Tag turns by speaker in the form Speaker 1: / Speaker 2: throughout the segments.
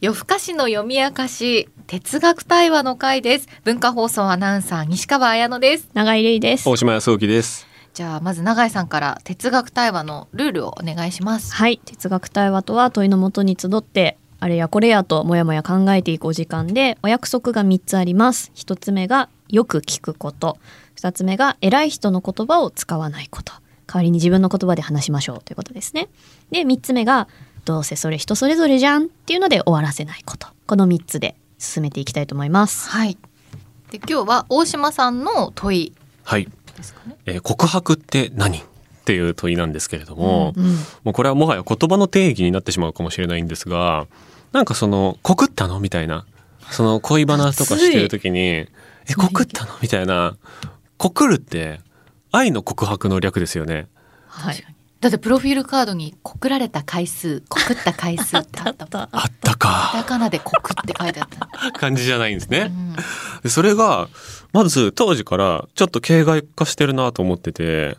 Speaker 1: 夜更かしの読み明かし哲学対話の会です文化放送アナウンサー西川彩乃です
Speaker 2: 長井玲です
Speaker 3: 大島康之です。
Speaker 1: じゃあまず永井さんから哲学対話のルールをお願いします
Speaker 2: はい哲学対話とは問いのもとに集ってあれやこれやともやもや考えていくお時間でお約束が3つあります1つ目がよく聞くこと2つ目が偉い人の言葉を使わないこと代わりに自分の言葉で話しましょうということですねで3つ目がどうせそれ人それぞれじゃんっていうので終わらせないことこの3つで進めていきたいと思います
Speaker 1: はいで今日は大島さんの問い
Speaker 3: はい、
Speaker 1: ですかね
Speaker 3: えー告白って何っていう問いなんですけれども、
Speaker 2: うん
Speaker 3: もうこれはもはや言葉の定義になってしまうかもしれないんですが、なんかその告ったのみたいな、その恋バナとかしてる時に、え告ったのみたいな、告るって愛の告白の略ですよね。
Speaker 2: はい
Speaker 1: だってプロフィールカードに告られた回数告った回数ってあった もん
Speaker 3: あったか
Speaker 1: カタカナで告って書いてあった、
Speaker 3: 感じじゃないんです
Speaker 1: う
Speaker 3: ね。
Speaker 1: ん
Speaker 3: でそれがまず当時からちょっと形骸化してるなと思ってて。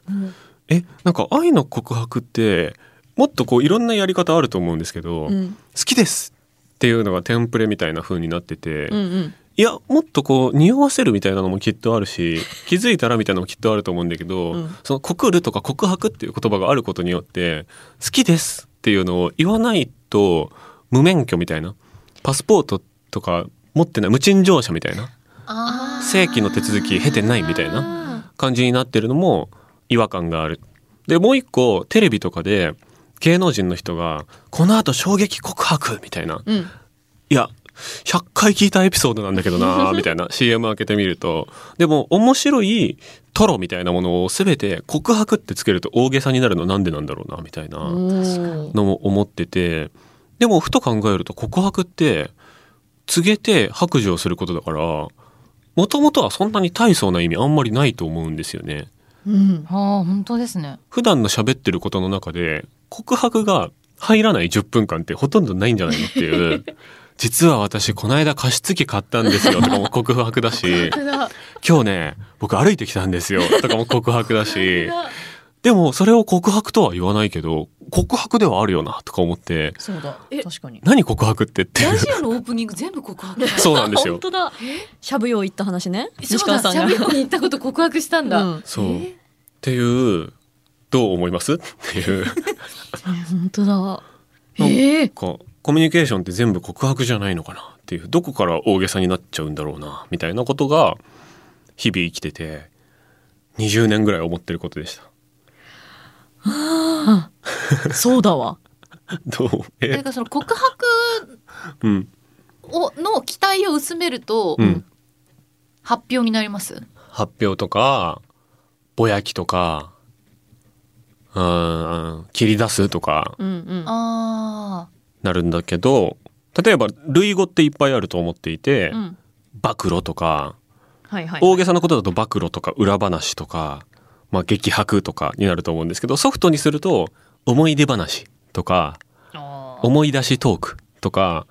Speaker 3: えなんか愛の告白ってもっとこういろんなやり方あると思うんですけど、
Speaker 2: う
Speaker 3: 好
Speaker 2: ん
Speaker 3: きですっていうのがテンプレみたいな風になってて、
Speaker 2: うんうん
Speaker 3: いやもっとこう匂わせるみたいなのもきっとある し気づいたらみたいなのもきっとあると思うんだけど、
Speaker 2: うん
Speaker 3: その告るとか告白っていう言葉があることによって好きですっていうのを言わないと無免許みたいなパスポートとか持ってない無賃乗車みたいな
Speaker 1: あー
Speaker 3: 正規の手続き経てないみたいな感じになってるのも違和感がある。でもう一個テレビとかで芸能人の人が「この後衝撃告白」みたいな
Speaker 2: うん
Speaker 3: いや100回聞いたエピソードなんだけどなみたいな CM 開けてみるとでも面白いトロみたいなものを全て告白ってつけると大げさになるのなんでなんだろうなみたいな。
Speaker 2: うん
Speaker 3: のも思っててでもふと考えると告白って告げて白状することだからもともとはそんなに大層な意味あんまりないと思うんですよね。
Speaker 2: うん
Speaker 1: あー本当ですね
Speaker 3: 普段の喋ってることの中で告白が入らない10分間ってほとんどないんじゃないのっていう。実は私この間加湿器買ったんですよとかも告白だし今日ね僕歩いてきたんですよとかも告白だし でもそれを告白とは言わないけど告白ではあるよなとか思って
Speaker 2: そうだ確かに
Speaker 3: 何告白ってっていう
Speaker 1: ラジオのオープニング全部告白
Speaker 3: そうなんです
Speaker 2: 本
Speaker 3: よ。
Speaker 2: 当だ。しゃぶ用行った話ね。
Speaker 1: 西
Speaker 2: 西
Speaker 1: 川
Speaker 2: 川
Speaker 1: さ
Speaker 2: さ
Speaker 1: ん
Speaker 2: ん
Speaker 1: が
Speaker 2: が。
Speaker 1: 喋りに行ったこと告白したんだ、
Speaker 2: うん
Speaker 3: そう、
Speaker 1: え
Speaker 3: っ
Speaker 1: ー
Speaker 3: ていうどう思いますっていう
Speaker 2: 本当だ。
Speaker 3: え
Speaker 2: ええ
Speaker 3: こうコミュニケーションって全部告白じゃないのかなっていうどこから大げさになっちゃうんだろうなみたいなことが日々生きてて20年ぐらい思ってることでした。
Speaker 2: そうだわ。
Speaker 3: どう
Speaker 1: なん
Speaker 3: え、
Speaker 1: かその告白
Speaker 3: うん、
Speaker 1: をの期待を薄めると、
Speaker 3: うん、
Speaker 1: 発表になります。
Speaker 3: 発表とかぼやきとかうん切り出すとか
Speaker 2: うんうん。
Speaker 1: あ
Speaker 3: なるんだけど例えば類語っていっぱいあると思っていて、
Speaker 2: うん。
Speaker 3: 暴露とか
Speaker 2: はいはい。
Speaker 3: 大げさなことだと暴露とか裏話とか、まあ、激白とかになると思うんですけどソフトにすると思い出話とか
Speaker 1: あ。
Speaker 3: 思い出しトークとか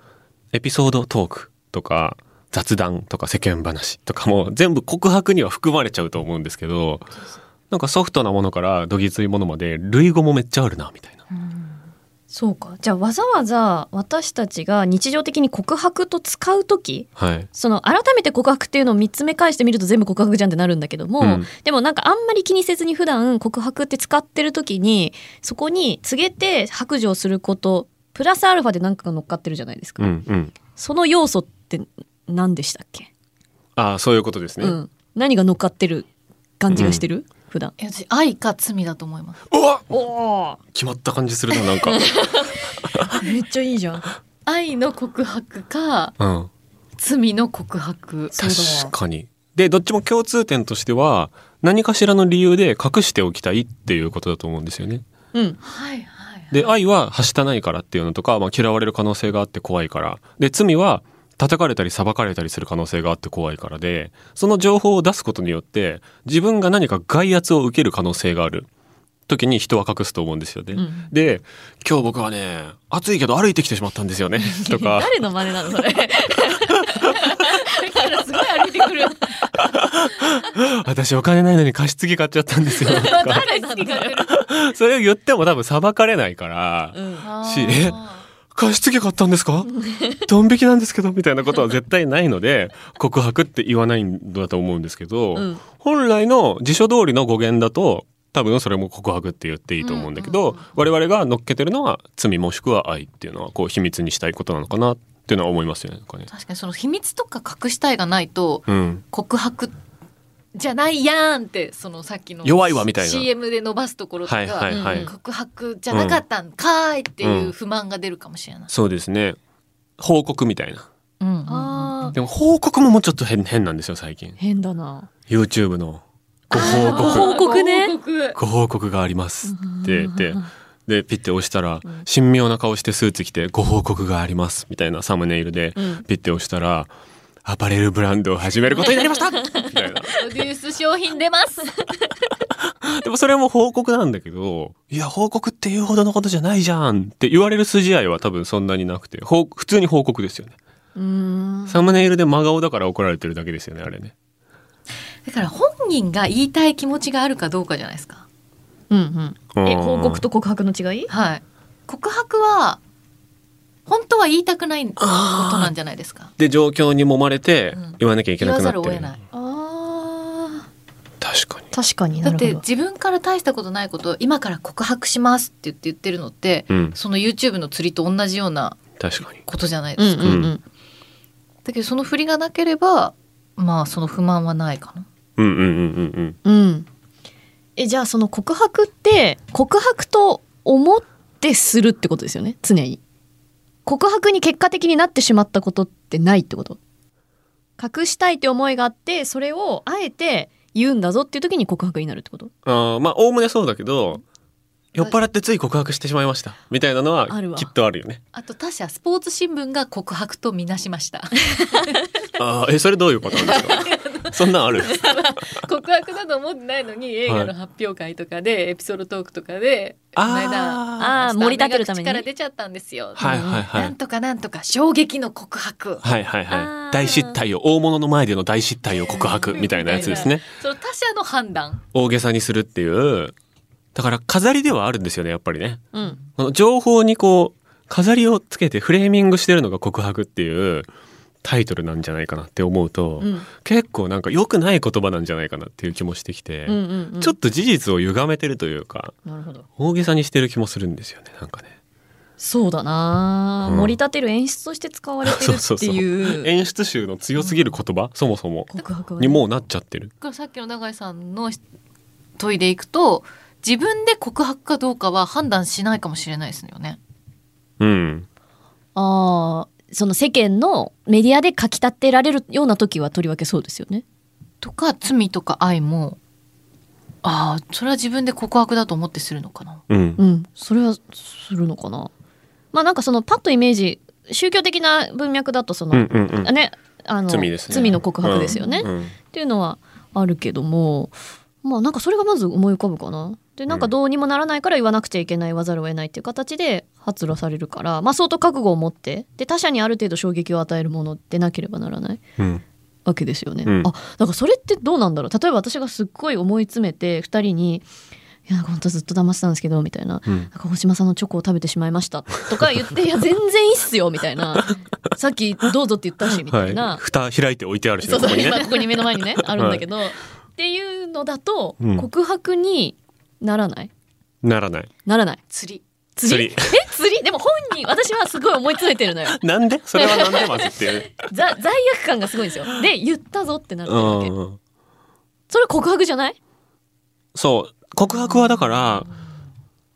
Speaker 3: エピソードトークとか雑談とか世間話とかも全部告白には含まれちゃうと思うんですけどなんかソフトなものからどぎついものまで類語もめっちゃあるなみたいな。
Speaker 2: そうか。じゃあわざわざ私たちが日常的に告白と使うとき。
Speaker 3: はい、
Speaker 2: その改めて告白っていうのを見つめ返してみると全部告白じゃんってなるんだけども、
Speaker 3: うん
Speaker 2: でもなんかあんまり気にせずに普段告白って使ってる時にそこに告げて白状することプラスアルファで何かが乗っかってるじゃないですか、
Speaker 3: うんうん、
Speaker 2: その要素って何でしたっけ
Speaker 3: ああそういうことですね。
Speaker 2: うん、何が乗っかってる感じがしてる、普段
Speaker 1: いや私愛か罪だと思います。
Speaker 3: うわ
Speaker 2: おお
Speaker 3: 決まった感じするなな んか。
Speaker 2: めっちゃいいじゃん
Speaker 1: 愛の告白か
Speaker 3: うん
Speaker 1: 罪の告白。
Speaker 3: 確かに。で、どっちも共通点としては、何かしらの理由で隠しておきたいっていうことだと思うんですよね。
Speaker 2: うん
Speaker 1: はいはいはい。
Speaker 3: で、愛ははしたないからっていうのとか、まあ、嫌われる可能性があって怖いから。で、罪は叩かれたり裁かれたりする可能性があって怖いからで、その情報を出すことによって、自分が何か外圧を受ける可能性がある時に人は隠すと思うんですよね。
Speaker 2: うん
Speaker 3: で、今日僕はね、暑いけど歩いてきてしまったんです よね。とか。
Speaker 2: 誰の真似なのそれ
Speaker 1: すごい歩いてくる。
Speaker 3: 私お金ないのに貸し付き買っちゃったんですよ。とか
Speaker 2: 誰なの
Speaker 3: それを言っても多分裁かれないから、
Speaker 2: うん
Speaker 3: しえ貸し付け買ったんですかドン引きなんですけどみたいなことは絶対ないので告白って言わないんだと思うんですけど、
Speaker 2: うん
Speaker 3: 本来の辞書通りの語源だと多分それも告白って言っていいと思うんだけど、
Speaker 1: うんうん
Speaker 3: 我々が乗っけてるのは罪もしくは愛っていうのはこう秘密にしたいことなのかなっていうのは思いますよね。なんかね
Speaker 1: 確かにその秘密とか隠したいがないと
Speaker 3: うん、
Speaker 1: 告白じゃないやんってそのさっきの
Speaker 3: 弱いわみたいな
Speaker 1: CM で伸ばすところとか、
Speaker 3: はいはいはい、
Speaker 2: うん
Speaker 1: 告白じゃなかったんかーいっていう不満が出るかもしれない。
Speaker 3: そうですね報告みたいな
Speaker 1: うんうんうん
Speaker 2: あ
Speaker 3: でも報告ももうちょっと変変なんですよ最近
Speaker 2: 変だな。
Speaker 3: YouTube のご
Speaker 2: あー
Speaker 3: 報告
Speaker 2: ご報告ね
Speaker 1: ご報告
Speaker 3: ご報告がありますって言って
Speaker 2: うん
Speaker 3: でピッて押したら
Speaker 2: うん
Speaker 3: 神妙な顔してスーツ着てご報告がありますみたいなサムネイルで
Speaker 2: うん
Speaker 3: ピッて押したらアパレルブランドを始めることになりまし たみたいな
Speaker 1: プロデュース商品出ます。
Speaker 3: でもそれも報告なんだけどいや報告っていうほどのことじゃないじゃんって言われる筋合いは多分そんなになくてほう普通に報告ですよね
Speaker 2: うーん
Speaker 3: サムネイルで真顔だから怒られてるだけですよねあれね
Speaker 1: だから本人が言いたい気持ちがあるかどうかじゃないですか。
Speaker 2: うんうん。え
Speaker 3: うん
Speaker 2: 報告と告白の違い？
Speaker 1: はい。告白は本当は言いたくないことなんじゃないですか。
Speaker 3: で状況に揉まれて
Speaker 1: うん
Speaker 3: 言わなきゃいけ
Speaker 1: 言
Speaker 3: な
Speaker 1: わ
Speaker 3: くな
Speaker 1: ざ
Speaker 3: って
Speaker 1: る
Speaker 3: る
Speaker 1: を得ない。
Speaker 2: あ
Speaker 3: 確かに
Speaker 2: あ確かに
Speaker 1: だ
Speaker 2: な
Speaker 1: っ
Speaker 2: るほ
Speaker 1: て
Speaker 2: ど。
Speaker 1: 自分から大したことないことを今から告白しますって言って言ってるのって、
Speaker 3: うん
Speaker 1: その YouTube の釣りと同じような
Speaker 3: 確かに
Speaker 1: ことじゃないで
Speaker 2: う
Speaker 1: す
Speaker 2: ん
Speaker 1: か。
Speaker 2: うんうん。
Speaker 1: だけどその振りがなければまあその不満はないかな。
Speaker 3: うんうんうんうんうん
Speaker 2: うん。えじゃあその告白って告白と思ってするってことですよね常に。告白に結果的になってしまったことってないってこと隠したいって思いがあってそれをあえて言うんだぞっていう時に告白になるってこと
Speaker 3: あーまあおおむねそうだけど酔っ払ってつい告白してしまいましたみたいなのは
Speaker 2: あるわ
Speaker 3: きっとあるよね。
Speaker 1: あと他社スポーツ新聞が告白とみなしました。
Speaker 3: あーえそれどういうことなんです かそんなんある
Speaker 1: 告白だと思ってないのに映画の発表会とかでエピソードトークとかでこの間
Speaker 3: あ
Speaker 2: あー盛り立てるために
Speaker 1: 目が口から出ちゃったんですよ。
Speaker 3: ーはいはいは
Speaker 1: ないん。とかなんとか衝撃の告白。
Speaker 3: はいはい
Speaker 2: あ
Speaker 3: は
Speaker 2: ー
Speaker 3: い。大失態を大物の前での大失態を告白みたいなやつですね。
Speaker 1: その他社の判断。
Speaker 3: 大げさにするっていう。だから飾りではあるんですよねやっぱりね。
Speaker 2: うん。
Speaker 3: この情報にこう飾りをつけてフレーミングしてるのが告白っていうタイトルなんじゃないかなって思うと、
Speaker 2: うん
Speaker 3: 結構なんか良くない言葉なんじゃないかなっていう気もしてきて。
Speaker 2: うんうんうん、
Speaker 3: ちょっと事実を歪めてるというか
Speaker 2: なるほど
Speaker 3: 大げさにしてる気もするんですよねなんかね
Speaker 2: そうだなあ、
Speaker 3: うん
Speaker 2: 盛り立てる演出として使われてる
Speaker 3: そう
Speaker 2: って
Speaker 3: そうそう
Speaker 2: いう
Speaker 3: 演出集の強すぎる言葉、そもそも
Speaker 2: 告白はね
Speaker 3: にもうなっちゃってる
Speaker 1: だからさっきの永井さんの問いでいくと自分で告白かどうかは判断しないかもしれないですよね。
Speaker 3: うん
Speaker 2: ああその世間のメディアで書き立てられるような時はとりわけそうですよね。
Speaker 1: とか罪とか愛もああそれは自分で告白だと思ってするのかな。
Speaker 3: うん
Speaker 2: うん、それはするのかな。まあなんかそのパッとイメージ宗教的な文脈だとその、
Speaker 3: うんうんうん
Speaker 2: ねあの
Speaker 3: 罪ですね
Speaker 2: の告白ですよね、
Speaker 3: うん
Speaker 2: っていうのはあるけどもまあなんかそれがまず思い浮かぶかな。でなんかどうにもならないから言わなくちゃいけない言わざるを得ないっていう形で発露されるから、まあ、相当覚悟を持ってで他者にある程度衝撃を与えるものでなければならない
Speaker 3: うん
Speaker 2: わけですよね。
Speaker 3: うん
Speaker 2: あだからそれってどうなんだろう例えば私がすっごい思い詰めて2人に「いやなんか本当ずっと騙してたんですけど」みたいな
Speaker 3: うん
Speaker 2: なんか大島さんのチョコを食べてしまいましたとか言 って「いや全然いいっすよ」みたいな「さっきどうぞって言ったし」みたいな、
Speaker 3: はい、蓋開いて置いてあるしね
Speaker 2: そうそう
Speaker 3: ここにね
Speaker 2: 今ここに目の前にねあるんだけど、っていうのだと
Speaker 3: うん
Speaker 2: 告白にならない
Speaker 3: ならない
Speaker 2: ならない
Speaker 1: 釣り。
Speaker 2: 釣り
Speaker 3: 釣り
Speaker 2: え釣りでも本人私はすごい思い詰めてるのよ
Speaker 3: なんでそれはなんでまずっ ていう、
Speaker 2: ざ罪悪感がすごいんですよで言ったぞってなるわけ
Speaker 3: うん、
Speaker 2: それ告白じゃない
Speaker 3: そう告白はだから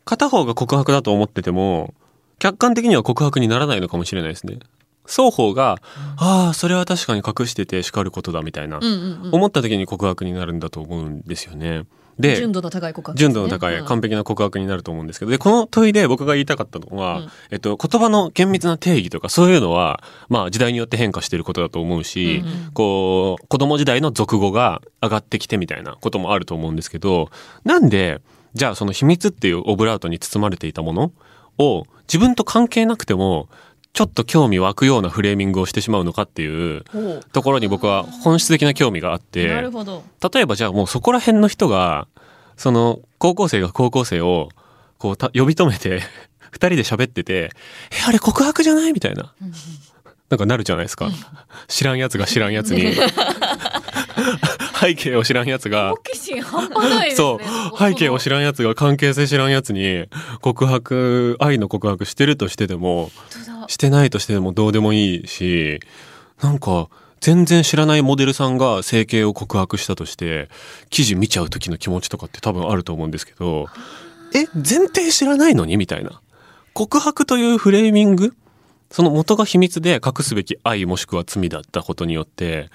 Speaker 3: 片方が告白だと思ってても客観的には告白にならないのかもしれないですね双方が「ああそれは確かに隠してて叱ることだ」みたいな、
Speaker 2: うんうんうん
Speaker 3: 思った時に告白になるんだと思うんですよね。で
Speaker 2: 純度の高い告白ですね、
Speaker 3: 純度の高い
Speaker 2: うん
Speaker 3: 完璧な告白になると思うんですけど、で、この問いで僕が言いたかったのは、
Speaker 2: うん
Speaker 3: えっと、言葉の厳密な定義とかそういうのは、まあ時代によって変化してることだと思うし、
Speaker 2: うんうん
Speaker 3: こう、子供時代の俗語が上がってきてみたいなこともあると思うんですけど、なんで、じゃあその秘密っていうオブラートに包まれていたものを自分と関係なくても、ちょっと興味湧くようなフレーミングをしてしまうのかっていう
Speaker 2: ほ
Speaker 3: ところに僕は本質的な興味があっ
Speaker 2: う
Speaker 3: て、
Speaker 2: なるほど
Speaker 3: 例えばじゃあもうそこら辺の人がその高校生が高校生をこうた呼び止めて 二人で喋ってて、え、あれ告白じゃないみたいな。
Speaker 1: うん
Speaker 3: なんかなるじゃないですか。知らんやつが知らんやつに。 背景を知らんやつが
Speaker 1: 好、奇心半端ない ですね。
Speaker 3: そう、背景を知らんやつが関係性知らんやつに告白、愛の告白してるとしてでも、
Speaker 1: 本当だ
Speaker 3: してないとしてもどうでもいいし、なんか、全然知らないモデルさんが整形を告白したとして、記事見ちゃう時の気持ちとかって多分あると思うんですけど、え、前提知らないのにみたいな。告白というフレーミングその元が秘密で隠すべき愛もしくは罪だったことによって、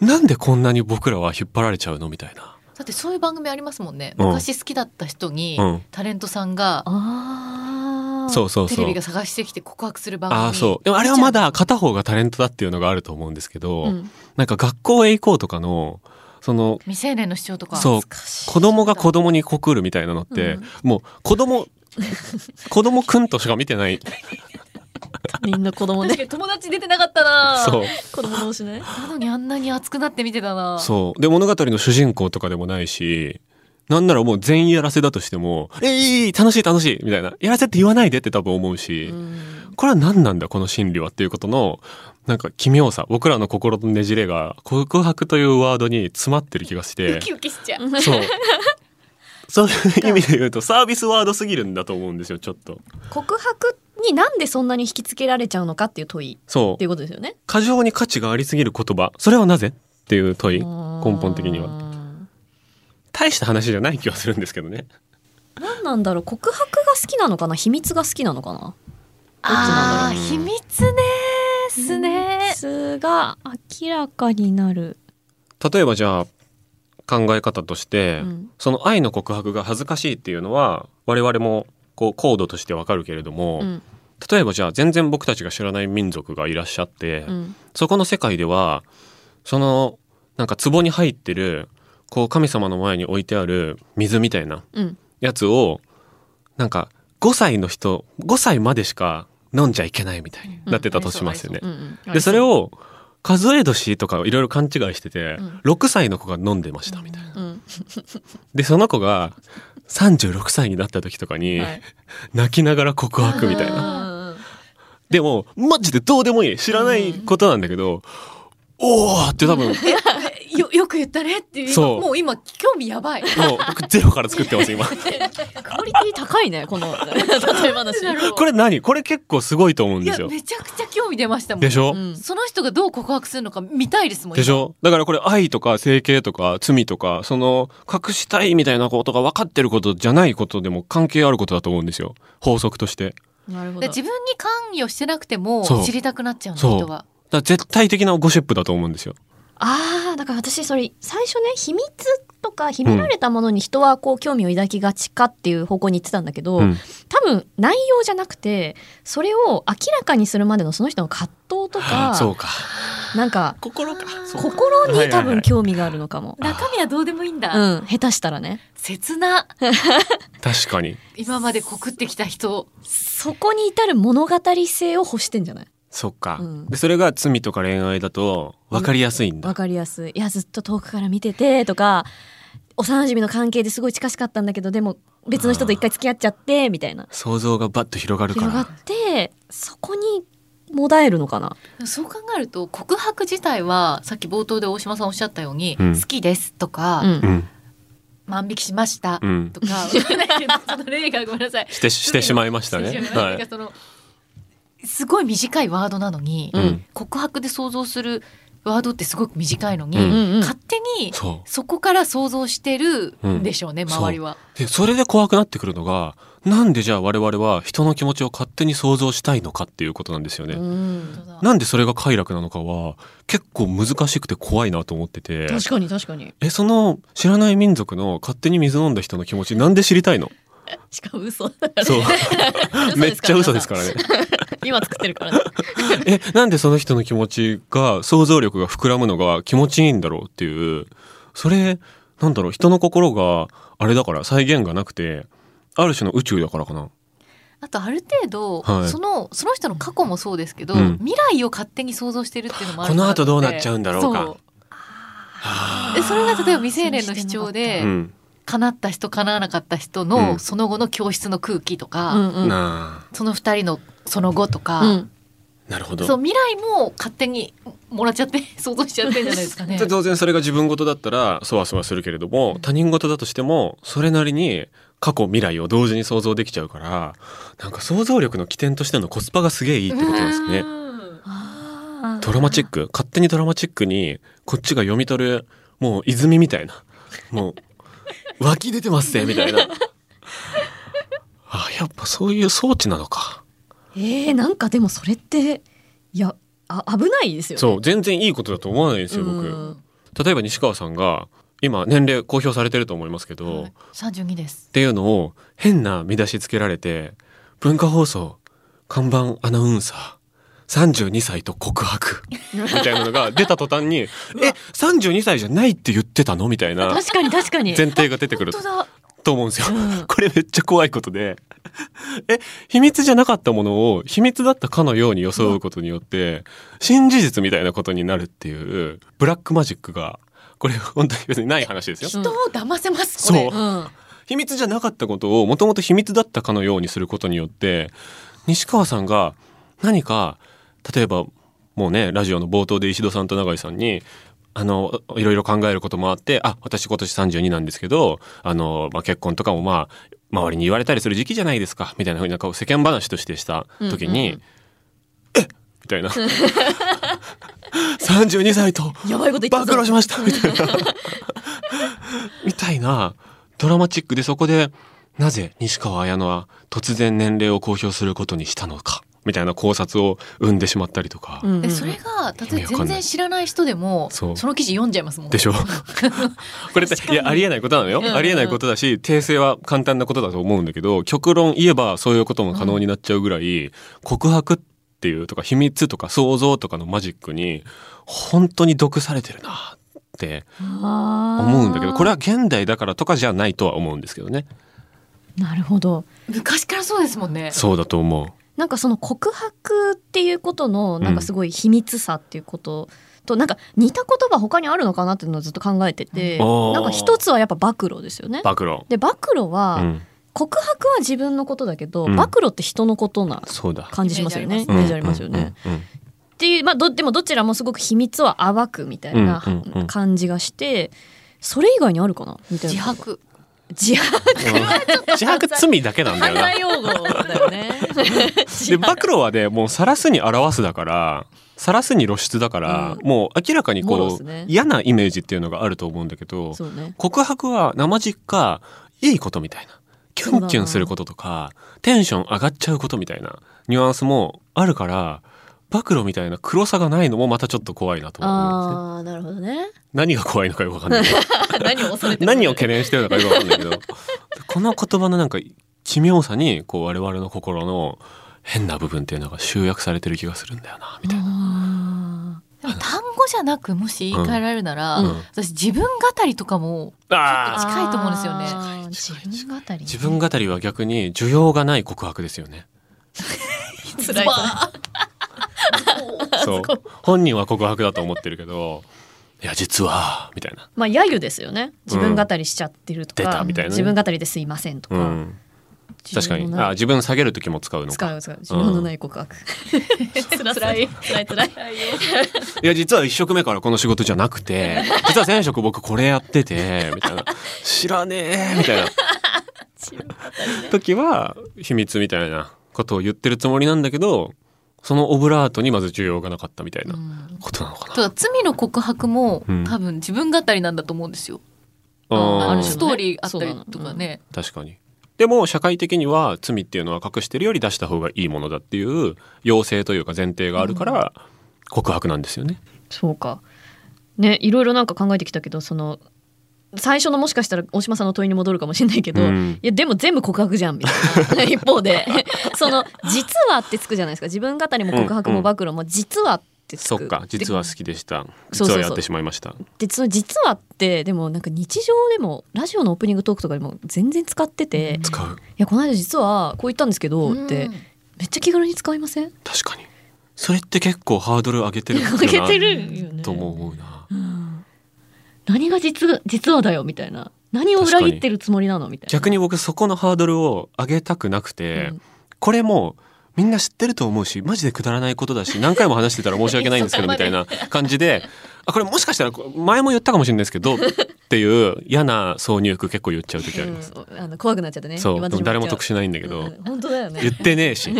Speaker 3: なんでこんなに僕らは引っ張られちゃうのみたいな。
Speaker 1: だってそういう番組ありますもんね。
Speaker 3: うん
Speaker 1: 昔好きだった人に、
Speaker 3: うん
Speaker 1: タレントさんが
Speaker 2: ああ。
Speaker 3: そうそう
Speaker 1: テ
Speaker 3: そ
Speaker 1: レ
Speaker 3: う
Speaker 1: ビが。探してきて告白する番組。
Speaker 3: ああ、そう。でもあれはまだ片方がタレントだっていうのがあると思うんですけど、
Speaker 2: うん。
Speaker 3: なんか学校へ行こうとかの、その、
Speaker 1: 未成年の主張とか。
Speaker 3: そう
Speaker 2: 懐かしい
Speaker 3: 子供が子供に告るみたいなのって、もう 子供子供くんとしか見てない
Speaker 2: みんな子供
Speaker 1: 確
Speaker 2: で。
Speaker 1: かに友達出てなかったな。
Speaker 3: そう
Speaker 2: 子供同士ね。
Speaker 1: なのにあんなに熱くなって見てたな。
Speaker 3: そうで物語の主人公とかでもないしなんならもう全員やらせだとしても「えいいい楽しい楽しい」みたいな「やらせって言わないで」って多分思うし、
Speaker 2: うん
Speaker 3: これは何なんだこの心理はっていうことのなんか奇妙さ僕らの心のねじれが告白というワードに詰まってる気がし
Speaker 1: ウ
Speaker 3: て
Speaker 1: キウキしちゃう。
Speaker 3: そうそういう意味で言うとサービスワードすぎるんだと思うんですよちょっと。
Speaker 2: 告白になんでそんなに引きつけられちゃうのかっていう問い
Speaker 3: そう
Speaker 2: っていうことですよね。
Speaker 3: 過剰に価値がありすぎる言葉それはなぜっていう問い
Speaker 2: 根
Speaker 3: 根本的には大した話じゃない気はするんですけどね
Speaker 2: 何なんだろう告白が好きなのかな秘密が好きなのかな
Speaker 1: ああ、
Speaker 3: うん
Speaker 1: 秘密ですね。
Speaker 2: 秘密が明らかになる。
Speaker 3: 例えばじゃあ考え方として、
Speaker 2: うん
Speaker 3: その愛の告白が恥ずかしいっていうのは我々もこうコードとしてわかるけれども、
Speaker 2: うん
Speaker 3: 例えばじゃあ全然僕たちが知らない民族がいらっしゃって、
Speaker 2: うん
Speaker 3: そこの世界ではそのなんか壺に入ってるこう神様の前に置いてある水みたいな
Speaker 2: うん
Speaker 3: やつをなんか5歳の人5歳までしか飲んじゃいけないみたいに
Speaker 1: うん
Speaker 3: なってたとしますよね
Speaker 2: う。んうん
Speaker 3: でそれを数え年とかいろいろ勘違いしてて、
Speaker 2: うん
Speaker 3: 6歳の子が飲んでましたみたいな。
Speaker 2: うん
Speaker 3: でその子が36歳になった時とかに、
Speaker 2: はい
Speaker 3: 泣きながら告白みたいな。
Speaker 2: な。
Speaker 3: でもマジでどうでもいい知らないことなんだけど、おーって多分もう
Speaker 1: えよ、よく言ったねっていう。
Speaker 3: そう
Speaker 1: もう今、興味やばい。
Speaker 3: 僕ゼロから作ってま す今。
Speaker 2: クオリティ高いねこの例え話。
Speaker 3: これ何これ結構すごいと思うん
Speaker 1: い
Speaker 3: で
Speaker 1: や
Speaker 3: すよ。
Speaker 1: めちゃくちゃ興味出ましたもん
Speaker 3: でしょ、
Speaker 2: うん
Speaker 1: その人がどう告白するのか見たいですもん
Speaker 3: でしょだからこれ愛とか整形とか罪とかその隠したいみたいなことが分かってることじゃないことでも関係あることだと思うんですよ法則としてだか
Speaker 2: なる
Speaker 1: 今
Speaker 2: ほ
Speaker 1: で
Speaker 2: ど。
Speaker 1: 自分に関与してなくても
Speaker 3: そう
Speaker 1: 知りたくなっちゃうの
Speaker 3: そう
Speaker 1: 人は
Speaker 3: ら絶対的なゴシップだと思うんですよ
Speaker 2: ああだから私それ最初ね秘密とか秘められたものに人はこう興味を抱きがちかっていう方向に行ってたんだけど、
Speaker 3: うん
Speaker 2: 多分内容じゃなくてそれを明らかにするまでのその人の葛藤と
Speaker 3: ああ
Speaker 2: か
Speaker 3: そうか
Speaker 2: なんか
Speaker 3: 心かそうか
Speaker 2: 心
Speaker 3: はい
Speaker 2: に
Speaker 3: は
Speaker 2: 多
Speaker 3: いは
Speaker 2: 分
Speaker 3: い
Speaker 2: 興味があるのかも。
Speaker 1: 中身はどうでもいいんだ、
Speaker 2: うん下手したらね
Speaker 1: 切な
Speaker 3: 確かに
Speaker 1: 今まで告ってきた人
Speaker 2: そこに至る物語性を欲してんじゃない
Speaker 3: そっか、
Speaker 2: うん
Speaker 3: でそれが罪とか恋愛だと分かりやすいんだ、
Speaker 2: わかりやすいいやずっと遠くから見ててとか幼馴染の関係ですごい近しかったんだけどでも別の人と一回付き合っちゃってみたいな
Speaker 3: 想像がバッと広がるか
Speaker 2: 広が
Speaker 3: ら
Speaker 2: ってそこにもだえるのかな
Speaker 1: そう考えると告白自体はさっき冒頭で大島さんおっしゃったように「
Speaker 3: うん
Speaker 1: 好きです」とか、
Speaker 2: うん
Speaker 3: うん
Speaker 1: 万引きしました」
Speaker 3: うん
Speaker 1: とか、わかんないけどその例がごめんなさ い。
Speaker 3: してしてしまいました
Speaker 1: して
Speaker 3: ね
Speaker 1: しまいました
Speaker 3: は
Speaker 1: なんか
Speaker 3: い
Speaker 1: そのすごい短いワードなのに、
Speaker 2: うん
Speaker 1: 告白で想像するワードってすごく短いのに、
Speaker 3: うん
Speaker 2: うんうん
Speaker 1: 勝手に
Speaker 3: そう
Speaker 1: そこから想像してるんでしょうね、
Speaker 3: ん
Speaker 1: 周りは。
Speaker 3: でそれで怖くなってくるのがなんでじゃあ我々は人の気持ちを勝手に想像したいのかっていうことなんですよね。
Speaker 2: うん
Speaker 3: なんでそれが快楽なのかは結構難しくて怖いなと思ってて
Speaker 2: 確かに確かに
Speaker 3: えその知らない民族の勝手に水飲んだ人の気持ちなんで知りたいの
Speaker 2: しかも嘘だから
Speaker 3: そうめっちゃ嘘ですかららね。
Speaker 2: 今作ってるからね
Speaker 3: えなんでその人の気持ちが想像力が膨らむのが気持ちいいんだろうっていうそれなんだろう人の心があれだから再現がなくてある種の宇宙だからかな。
Speaker 1: あとある程度、
Speaker 3: はい
Speaker 1: そのその人の過去もそうですけど、
Speaker 3: うん
Speaker 1: 未来を勝手に想像してるっていうのもある
Speaker 3: この後どうなっちゃうんんだろうか。
Speaker 1: でそれが例えば未成年の主張
Speaker 2: あ
Speaker 1: で、
Speaker 3: うん
Speaker 1: 叶った人叶わなかった人
Speaker 3: う
Speaker 1: の
Speaker 3: ん
Speaker 1: その後の教室の空気とか、
Speaker 2: うんうん
Speaker 3: なあ
Speaker 1: その二人のその後とか、
Speaker 2: うん
Speaker 3: なるほど
Speaker 1: そう未来も勝手にもらっちゃって想像しちゃってんじゃないです かね
Speaker 3: で。当然それが自分事だったらそわそわするけれども他人事だとしてもそれなりに過去未来を同時に想像できちゃうからなんか想像力の起点としてのコスパがすげえいいってことなんですね。
Speaker 1: うん
Speaker 2: あー
Speaker 3: ドラマチック勝手にドラマチックにこっちが読み取るもう泉みたいなもう湧き出てますぜみたい な。あやっぱそういう装置なのか。
Speaker 2: えー、なんかでもそれっていやあ危ないですよね
Speaker 3: そう全然いいことだと思わないですよ
Speaker 2: う
Speaker 3: 僕。
Speaker 2: ん
Speaker 3: 例えば西川さんが今年齢公表されてると思いますけど。
Speaker 1: 三十二です
Speaker 3: っ。ていうのを変な見出しつけられて文化放送看板アナウンサー32歳と 告白みたいなのが出た途端に「え32歳じゃないって言ってたの?」みたいな
Speaker 2: 確かに確かに
Speaker 3: 前提が出てくる
Speaker 1: 本当だ。
Speaker 3: と思うんですよ。
Speaker 2: うん
Speaker 3: これめっちゃ怖いことでえ秘密じゃなかったものを秘密だったかのように装うことによって新事実みたいなことになるっていうブラックマジックがこれ本当に別にない話ですよ。
Speaker 1: 人を騙せます。
Speaker 3: そう
Speaker 1: これ
Speaker 2: うん
Speaker 3: 秘密じゃなかったことをもともと秘密だったかのようにすることによって西川さんが何か例えばもうねラジオの冒頭で石戸さんと永井さんにあのいろいろ考えることもあってあ私今年32なんですけどあの、まあ、結婚とかもまあ周りに言われたりする時期じゃないですかみたいなふうになんか世間話としてした時
Speaker 2: う
Speaker 3: に「
Speaker 2: んうんうん
Speaker 3: え みたいな「32歳と
Speaker 2: やばいこと言った
Speaker 3: 暴
Speaker 2: ぞ
Speaker 3: 露しましたみたい なみたいなドラマチックでそこでなぜ西川綾乃は突然年齢を公表することにしたのかみたいな考察を生んでしまったりとか、
Speaker 2: うんうん
Speaker 1: えそれが例え
Speaker 3: 意味わ
Speaker 1: ば
Speaker 3: かんない
Speaker 1: 全然知らない人でも
Speaker 3: そ
Speaker 1: そうの記事読んじゃいますもん。
Speaker 3: でしょこれっていやありえないことなのよ、
Speaker 2: うんうん
Speaker 3: ありえないことだし訂正は簡単なことだと思うんだけど極論言えばそういうことも可能になっちゃうぐらい、告白っていうとか秘密とか想像とかのマジックに本当に毒されてるなって思
Speaker 2: 思
Speaker 3: うんだけどこれは現代だからとかじゃないとは思うんですけどね
Speaker 2: なるほど
Speaker 1: 昔からそうですもんね。
Speaker 3: そうだと思う
Speaker 2: なんかその告白っていうことのなんかすごい秘密さっていうことと、なんか似た言葉他にあるのかなっていうのをずっと考えてて、
Speaker 3: うん
Speaker 2: なんか一つはやっぱ暴露ですよね。
Speaker 3: 暴露
Speaker 2: で暴露は、
Speaker 3: うん
Speaker 2: 告白は自分のことだけど、
Speaker 3: うん
Speaker 2: 暴露って人のことな
Speaker 3: そうだ
Speaker 2: 感じしますよね。イ
Speaker 1: イ
Speaker 2: メージありますよね。
Speaker 3: うん うんうん
Speaker 2: っていうまあどでもどちらもすごく秘密を暴くみたいな
Speaker 3: うんうんうん
Speaker 2: 感じがして、それ以外にあるかなみたい
Speaker 1: 自
Speaker 2: な。
Speaker 1: 白。
Speaker 2: 自白
Speaker 3: うん自白罪だけなんだ
Speaker 2: 犯
Speaker 3: よな
Speaker 2: 罪用語だよ ね。
Speaker 3: で暴露はねもう晒すに表すだから晒すに露出だから、
Speaker 2: う
Speaker 3: もう明らかに
Speaker 2: もろっ
Speaker 3: こ
Speaker 2: す
Speaker 3: う、
Speaker 2: ね
Speaker 3: 嫌なイメージっていうのがあると思うんだけど
Speaker 2: そうね。
Speaker 3: 告白は生実家いいことみたいなキュンキュンすることとかテンション上がっちゃうことみたいなニュアンスもあるから暴露みたいな黒さがないのもまたちょっと怖いなと思うんです
Speaker 2: ああーな
Speaker 3: ね
Speaker 2: るほどね。
Speaker 3: 何が怖いのかよくわかんない
Speaker 2: 何を恐れてる
Speaker 3: 何を懸念してるのかよくわかんないけど この言葉のなんか奇妙さにこう我々の心の変な部分っていうのが集約されてる気がするんだよなみたいな。
Speaker 2: あ
Speaker 1: でも単語じゃなくもし言い換えられるなら、
Speaker 2: うん
Speaker 3: うん
Speaker 1: 私自分語りとかも
Speaker 2: ー
Speaker 3: あー
Speaker 1: 近いと思うんですよね
Speaker 2: あー
Speaker 3: 近い近い
Speaker 2: 自分語りね
Speaker 3: 自分語りは逆に需要がない告白ですよね。
Speaker 2: 辛い
Speaker 1: わ
Speaker 3: そう本人は告白だと思ってるけど「いや実は」みたいな。
Speaker 2: まあ揶揄ですよね自分語りしちゃってると
Speaker 3: 出
Speaker 2: か、
Speaker 3: たみたいなね
Speaker 2: 自分語りですいませんとか、
Speaker 3: うん、確かに
Speaker 2: 自分の
Speaker 3: あ
Speaker 2: ない
Speaker 3: 自分下げる時も使うのか
Speaker 2: 使う使う自分のない告白、 辛い辛い辛い
Speaker 3: いや実は一職目からこの仕事じゃなく て実は前職僕これやっててみたいな知らねえ みたいな時は秘密みたいなことを言ってるつもりなんだけどそのオブラートにまず需要がなかったみたい
Speaker 1: ーう
Speaker 3: なんことなのか
Speaker 1: と
Speaker 3: な。
Speaker 1: か罪の告白も、
Speaker 3: うん
Speaker 1: 多分自分語りなんだと思うんですよ。
Speaker 2: あ
Speaker 1: あ
Speaker 3: う
Speaker 1: の
Speaker 3: ん
Speaker 2: る種
Speaker 1: ストーリーあったりとかね。
Speaker 3: 確かにでも社会的には罪っていうのは隠してるより出した方がいいものだっていう要請というか前提があるから告白なんですよね。
Speaker 2: そうかねいろいろなんか考えてきたけどその最初のもしかしたら大島さんの問いに戻るかもしれないけど、
Speaker 3: うん
Speaker 2: いやでも全部告白じゃんみたいな 一方でその「実は」ってつくじゃないですか自分語りも告白も暴露も「実は」ってつく、
Speaker 3: そっか実は好きでした
Speaker 2: そうそう
Speaker 3: 実
Speaker 2: そう
Speaker 3: はやってしまいました
Speaker 2: でその「実は」ってでもなんか日常でもラジオのオープニングトークとかでも全然使って
Speaker 1: う
Speaker 2: て「
Speaker 1: ん
Speaker 2: い
Speaker 3: 使う
Speaker 2: やこの間実はこう言ったんですけど」って
Speaker 1: うん
Speaker 2: めっちゃ気軽に使いません
Speaker 3: 確かにそれって結構ハードル上げてるよ な
Speaker 2: 上げてるよね
Speaker 3: とも思うな
Speaker 2: うん何が実実はだよみたいな何を裏切ってるつもりなのみたいな。
Speaker 3: 逆に僕そこのハードルを上げたくなくて、
Speaker 2: うん
Speaker 3: これもみんな知ってると思うしマジでくだらないことだし何回も話してたら申し訳ないんですけど
Speaker 1: そ
Speaker 3: み
Speaker 1: こま
Speaker 3: た
Speaker 1: で
Speaker 3: い な感じであこれもしかしたらこ前も言ったかもしれないですけどっていう嫌な挿入句結構言っちゃう時あります。
Speaker 2: うんあの怖くなっちゃってね。
Speaker 3: そう
Speaker 2: 今
Speaker 3: でも誰も得
Speaker 2: 私
Speaker 3: しないんだけ
Speaker 2: 言っ
Speaker 3: ど
Speaker 2: ちゃううん本当だよね
Speaker 3: 言。ってね えし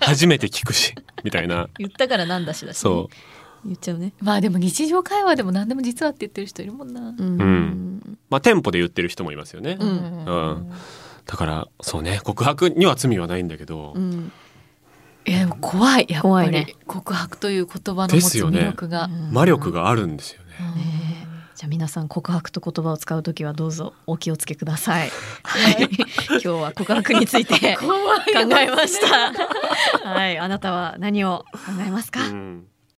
Speaker 3: 初めて聞くしみたいな
Speaker 2: 言ったからなんだしだし、ね。
Speaker 3: そ
Speaker 2: 言っちゃうね。
Speaker 1: まあでも日常会話でも何でも実はって言ってる人いるもんな。
Speaker 2: うん。
Speaker 3: んうまあテンポで言ってる人もいますよね、
Speaker 2: うん
Speaker 3: うんだからそうね告白には罪はないんだけど、
Speaker 2: うん
Speaker 1: いやでも怖いやっぱ
Speaker 2: 怖い
Speaker 1: り、
Speaker 2: ね
Speaker 1: 告白という言葉の持つ魅力が、
Speaker 3: 魔力。があるんですよね
Speaker 1: うん
Speaker 2: ねえじゃあ皆さん告白と言葉を使うときはどうぞお気をつけください。はい。今日は告白について 考
Speaker 1: 怖い
Speaker 2: えました。はい。あなたは何を考えますか。
Speaker 3: うん